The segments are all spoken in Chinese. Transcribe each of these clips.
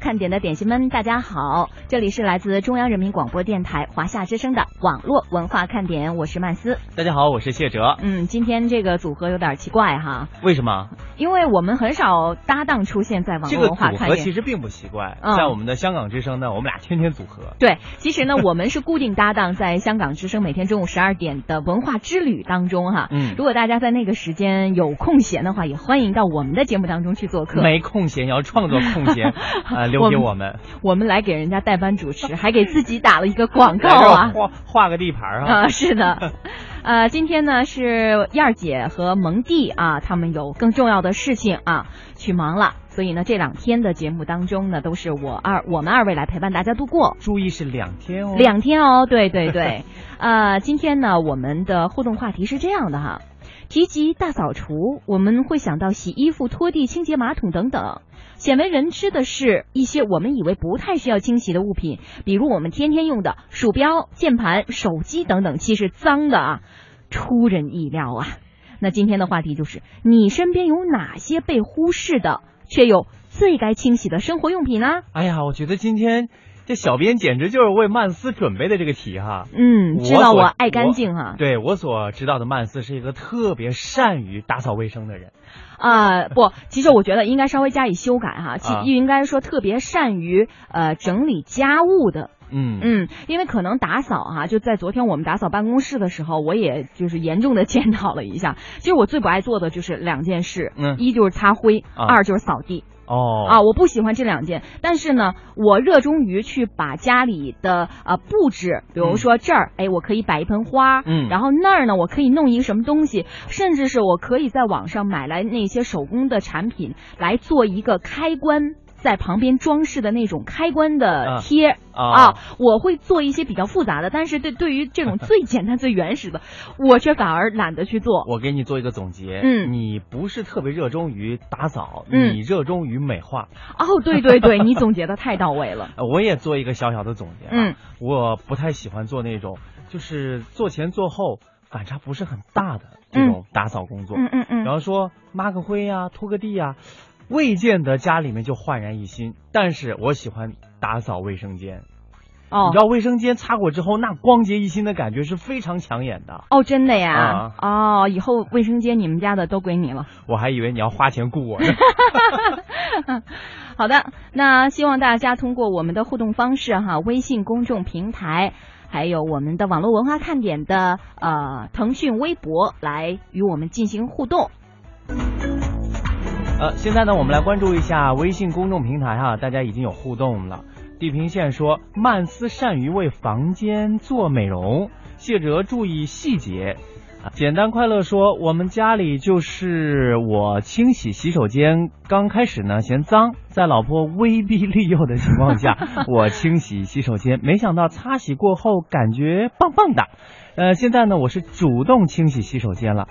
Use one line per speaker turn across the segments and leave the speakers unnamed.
看点的点心们，大家好！这里是来自中央人民广播电台华夏之声的网络文化看点，我是曼斯。
大家好，我是谢哲。
嗯，今天这个组合有点奇怪哈，
为什么？
因为我们很少搭档出现在网
这
络
个
文化
组
看
合
点。
其实并不奇怪，
嗯
在我们的香港之声呢，我们俩天天组合。
对，其实呢，我们是固定搭档在香港之声每天中午十二点的文化之旅当中哈。
嗯
如果大家在那个时间有空闲的话，也欢迎到我们的节目当中去做客。
没空闲也要创作空 闲，呃，留给我们。
我们来给人家代班主持，还给自己打了一个广告
来这
啊
儿。画画个地盘儿啊。
啊，是的，呃，今天呢是燕儿姐和蒙蒂啊，他们有更重要的事情啊，去忙了，所以呢这两天的节目当中呢，都是我二我们二位来陪伴大家度过。
注意是两天哦。
两天哦，对对对， 呃，今天呢，我们的互动话题是这样的哈，提及大扫除，我们会想到洗衣服、拖地、清洁马桶等等。鲜为人知的是一些我们以为不太需要清洗的物品，比如我们天天用的鼠标、键盘、手机等等，其实脏的啊，出人意料啊。那今天的话题就是，你身边有哪些被忽视的，却又最该清洗的生活用品呢？
哎呀，我觉得今天这小编简直就是为曼斯准备的这个题哈。
嗯，知道
我
我
所
爱干净啊哈、
对我所知道的，曼斯是一个特别善于打扫卫生的人。
啊、不，其实我觉得应该稍微加以修改哈，其
啊
应该说特别善于呃整理家务的，
嗯，
嗯，因为可能打扫哈、就在昨天我们打扫办公室的时候，我也就是严重的 检讨了一下，其实我最不爱做的就是两件事，
嗯
一就是擦灰，
啊
二就是扫地
哦，
啊，我不喜欢这两件，但是呢，我热衷于去把家里的呃布置，比如
嗯
说这儿，哎，我可以摆一盆花，
嗯
然后那儿呢，我可以弄一个什么东西，甚至是我可以在网上买来那些手工的产品来做一个开关。在旁边装饰的那种开关的
啊
贴
啊
我会做一些比较复杂的，但是对对于这种最简单、最原 始的，我却反而懒得去做。
我给你做一个总结。
嗯
你不是特别热衷于打扫，
嗯
你热衷于美化。
哦，对对对，你总结的太到位了。
呃我也做一个小小的总结啊，
嗯
我不太喜欢做那种就是做前做后反差不是很大的这种打扫工作，
嗯嗯嗯
然后说抹个灰呀、拖个地呀、未见得家里面就焕然一新。但是我喜欢打扫卫生间，
哦
你知，道卫生间擦过之后那光洁一新的感觉是非常抢眼的。
哦，真的呀？
啊
哦，以后卫生间你们家的都归你了。
我还以为你要花钱雇我呢。
好的，那希望大家通过我们的互动方式哈，微信公众平台，还有我们的网络文化看点的呃腾讯微博来与我们进行互动。
呃，现在呢，我们来关注一下微信公众平台哈、大家已经有互动了。地平线说，曼斯善于为房间做美容，谢哲注意细节。啊简单快乐说，我们家里就是我清洗洗手间，刚开始呢嫌脏，在老婆威逼利诱的情况下，我清洗洗手间，没想到擦洗过后感觉棒棒的。呃，现在呢，我是主动清洗洗手间了。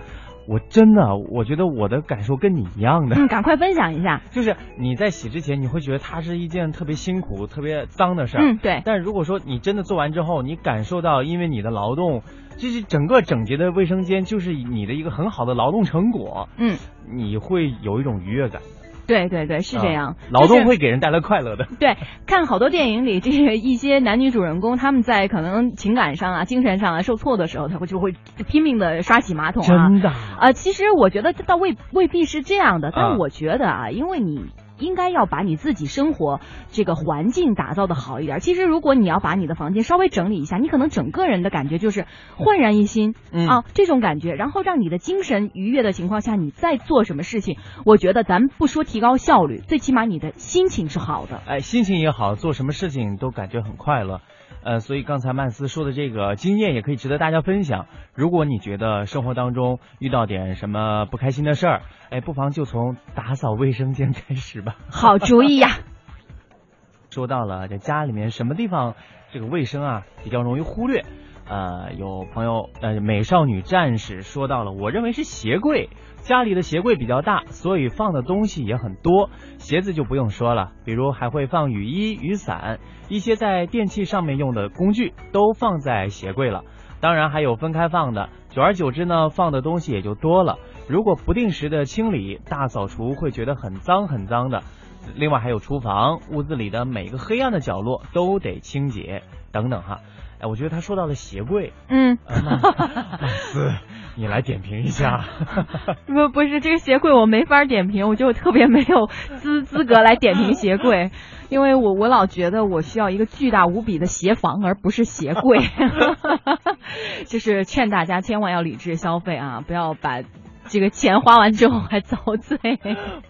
我真的，我觉得我的感受跟你一样的。
嗯，赶快分享一下。
就是你在洗之前，你会觉得它是一件特别辛苦、特别脏的事儿。
嗯，对，
但如果说你真的做完之后，你感受到因为你的劳动，就是整个整洁的卫生间就是你的一个很好的劳动成果，
嗯，
你会有一种愉悦感。
对对对，是这样
啊。劳
就是
动会给人带来快乐的。
对，看好多电影里，这个一些男女主人公他们在可能情感上啊、精神上啊受挫的时候，他会就会拼命的刷洗马桶啊，
真的。
呃，其实我觉得这倒未未必是这样的，但
嗯啊
我觉得啊，因为你。应该要把你自己生活这个环境打造的好一点。其实，如果你要把你的房间稍微整理一下，你可能整个人的感觉就是焕然一新、
嗯
啊，这种感觉。然后让你的精神愉悦的情况下，你再做什么事情，我觉得咱不说提高效率，最起码你的心情是好的。
哎，心情也好，做什么事情都感觉很快乐。呃，所以刚才曼斯说的这个经验也可以值得大家分享。如果你觉得生活当中遇到点什么不开心的事儿，哎，不妨就从打扫卫生间开始吧。
好主意 呀、
说到了这家里面什么地方这个卫生啊比较容易忽略，呃，有朋友呃美少女战士说到了，我认为是鞋柜，家里的鞋柜比较大，所以放的东西也很多，鞋子就不用说了，比如还会放雨衣、雨伞，一些在电器上面用的工具都放在鞋柜了。当然还有分开放的，久而久之呢，放的东西也就多了。如果不定时的清理大扫除，会觉得很脏很脏的。另外还有厨房、屋子里的每个黑暗的角落都得清洁等等哈。哎，我觉得他说到了鞋柜，
嗯，
呃曼曼斯，呃你来点评一下。
不不是这个鞋柜我没法点评，我觉得我特别没有资资格来点评鞋柜，
因为我我老觉得我需要一个巨大无比的鞋房，而不是鞋柜。就是劝大家千万要理智消费啊，不要把这个钱花完之后还遭罪。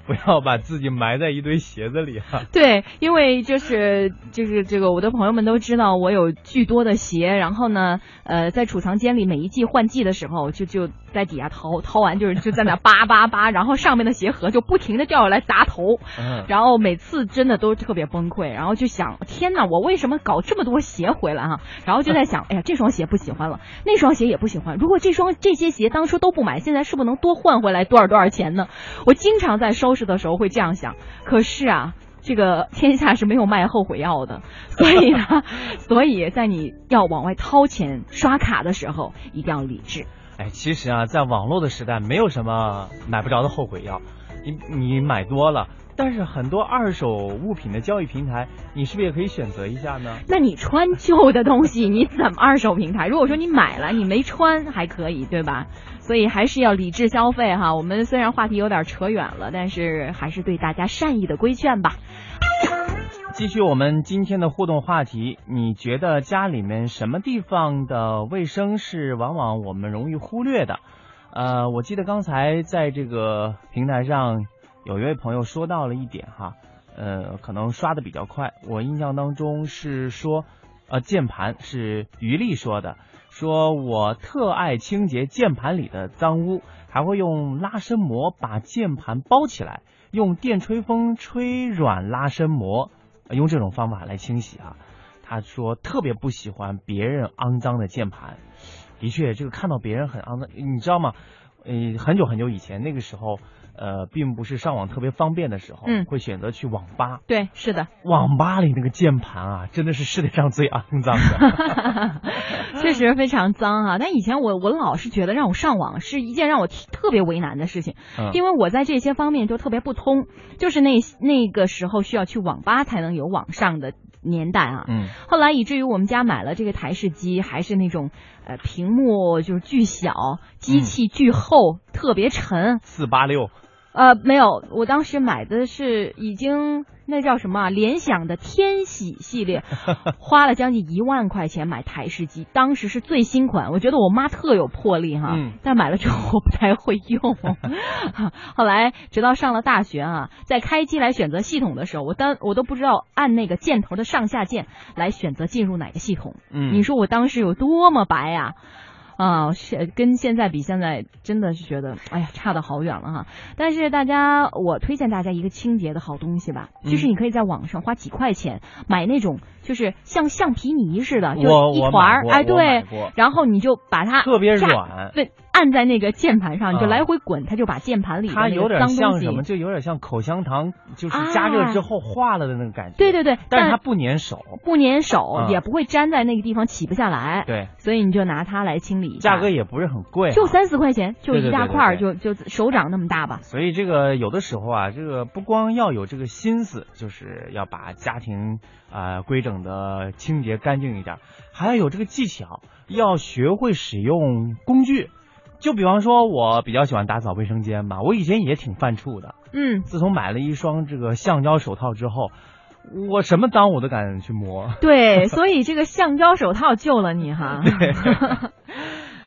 不要把自己埋在一堆鞋子里 啊！
对，因为就是就是这个，我的朋友们都知道我有巨多的鞋，然后呢，呃，在储藏间里每一季换季的时候，就就在底下掏掏完，就是就在那扒扒扒，然后上面的鞋盒就不停的掉下来砸头，
嗯，
然后每次真的都特别崩溃，然后就想天呐，我为什么搞这么多鞋回来啊？然后就在想，哎呀，这双鞋不喜欢了，那双鞋也不喜欢。如果这双这些鞋当初都不买，现在是不是能多换回来多少多少钱呢？我经常在收拾的时候会这样想。可是啊，这个天下是没有卖后悔药的，所以呢， 所以在你要往外掏钱刷卡的时候，一定要理智。
哎，其实啊，在网络的时代，没有什么买不着的后悔药，你你买多了。但是很多二手物品的交易平台，你是不是也可以选择一下呢？
那你穿旧的东西，你怎么二手平台？如果说你买了你没穿还可以，对吧？所以还是要理智消费哈。我们虽然话题有点扯远了，但是还是对大家善意的规劝吧。
继续我们今天的互动话题，你觉得家里面什么地方的卫生是往往我们容易忽略的？呃，我记得刚才在这个平台上有一位朋友说到了一点哈，呃，可能刷的比较快，我印象当中是说，呃，键盘是于丽说的，说我特爱清洁键盘里的脏污，还会用拉伸膜把键盘包起来，用电吹风吹软拉伸膜。呃用这种方法来清洗啊。他说特别不喜欢别人肮脏的键盘，的确，这个看到别人很肮脏，你知道吗？呃，很久很久以前，那个时候，呃，并不是上网特别方便的时候，
嗯
会选择去网吧。
对，是的，
网吧里那个键盘啊，真的是世界上最肮脏 的。
确实非常脏啊。但以前我我老是觉得让我上网是一件让我提特别为难的事情，
嗯
因为我在这些方面就特别不通，就是那那个时候需要去网吧才能有网上的年代啊。
嗯，
后来以至于我们家买了这个台式机，还是那种呃屏幕就是巨小，机器巨厚，特别沉。
四八六，
呃，没有，我当时买的是已经那叫什么啊？联想的天喜系列，花了将近一万块钱买台式机，当时是最新款，我觉得我妈特有魄力哈。
嗯
但买了之后我不太会用，后来直到上了大学啊，在开机来选择系统的时候，我当我都不知道按那个箭头的上下键来选择进入哪个系统。
嗯，
你说我当时有多么白呀、啊？是跟现在比，现在真的是觉得，哎呀，差得好远了哈。但是大家，我推荐大家一个清洁的好东西吧，
嗯
就是你可以在网上花几块钱买那种，就是像橡皮泥似的，就
我
一团
我买
儿，
过，
哎，
我买
对，
过
然后你就把它
特别
炸，
软，
对，按在那个键盘上，你就
啊
来回滚，它就把键盘里的
它
那个
有点
脏东
像什么？
西，啊
就有点像口香糖，就是加热之后化了的那个感觉。
对对对，
但是它
但
不粘手。
不粘手，
嗯
也不会粘在那个地方起不下来，
对，
所以你就拿它来清理一下。
价格也不是很贵啊、
就三四块钱，就
对
一
对
大
对对
块儿，
对
就就手掌那么大吧。
所以这个有的时候啊，这个不光要有这个心思，就是要把家庭啊、呃规整的清洁干净一点，还要有这个技巧，要学会使用工具。就比方说，我比较喜欢打扫卫生间吧，我以前也挺犯怵的。
嗯，
自从买了一双这个橡胶手套之后，我什么脏我都敢去摸。
对，所以这个橡胶手套救了你哈。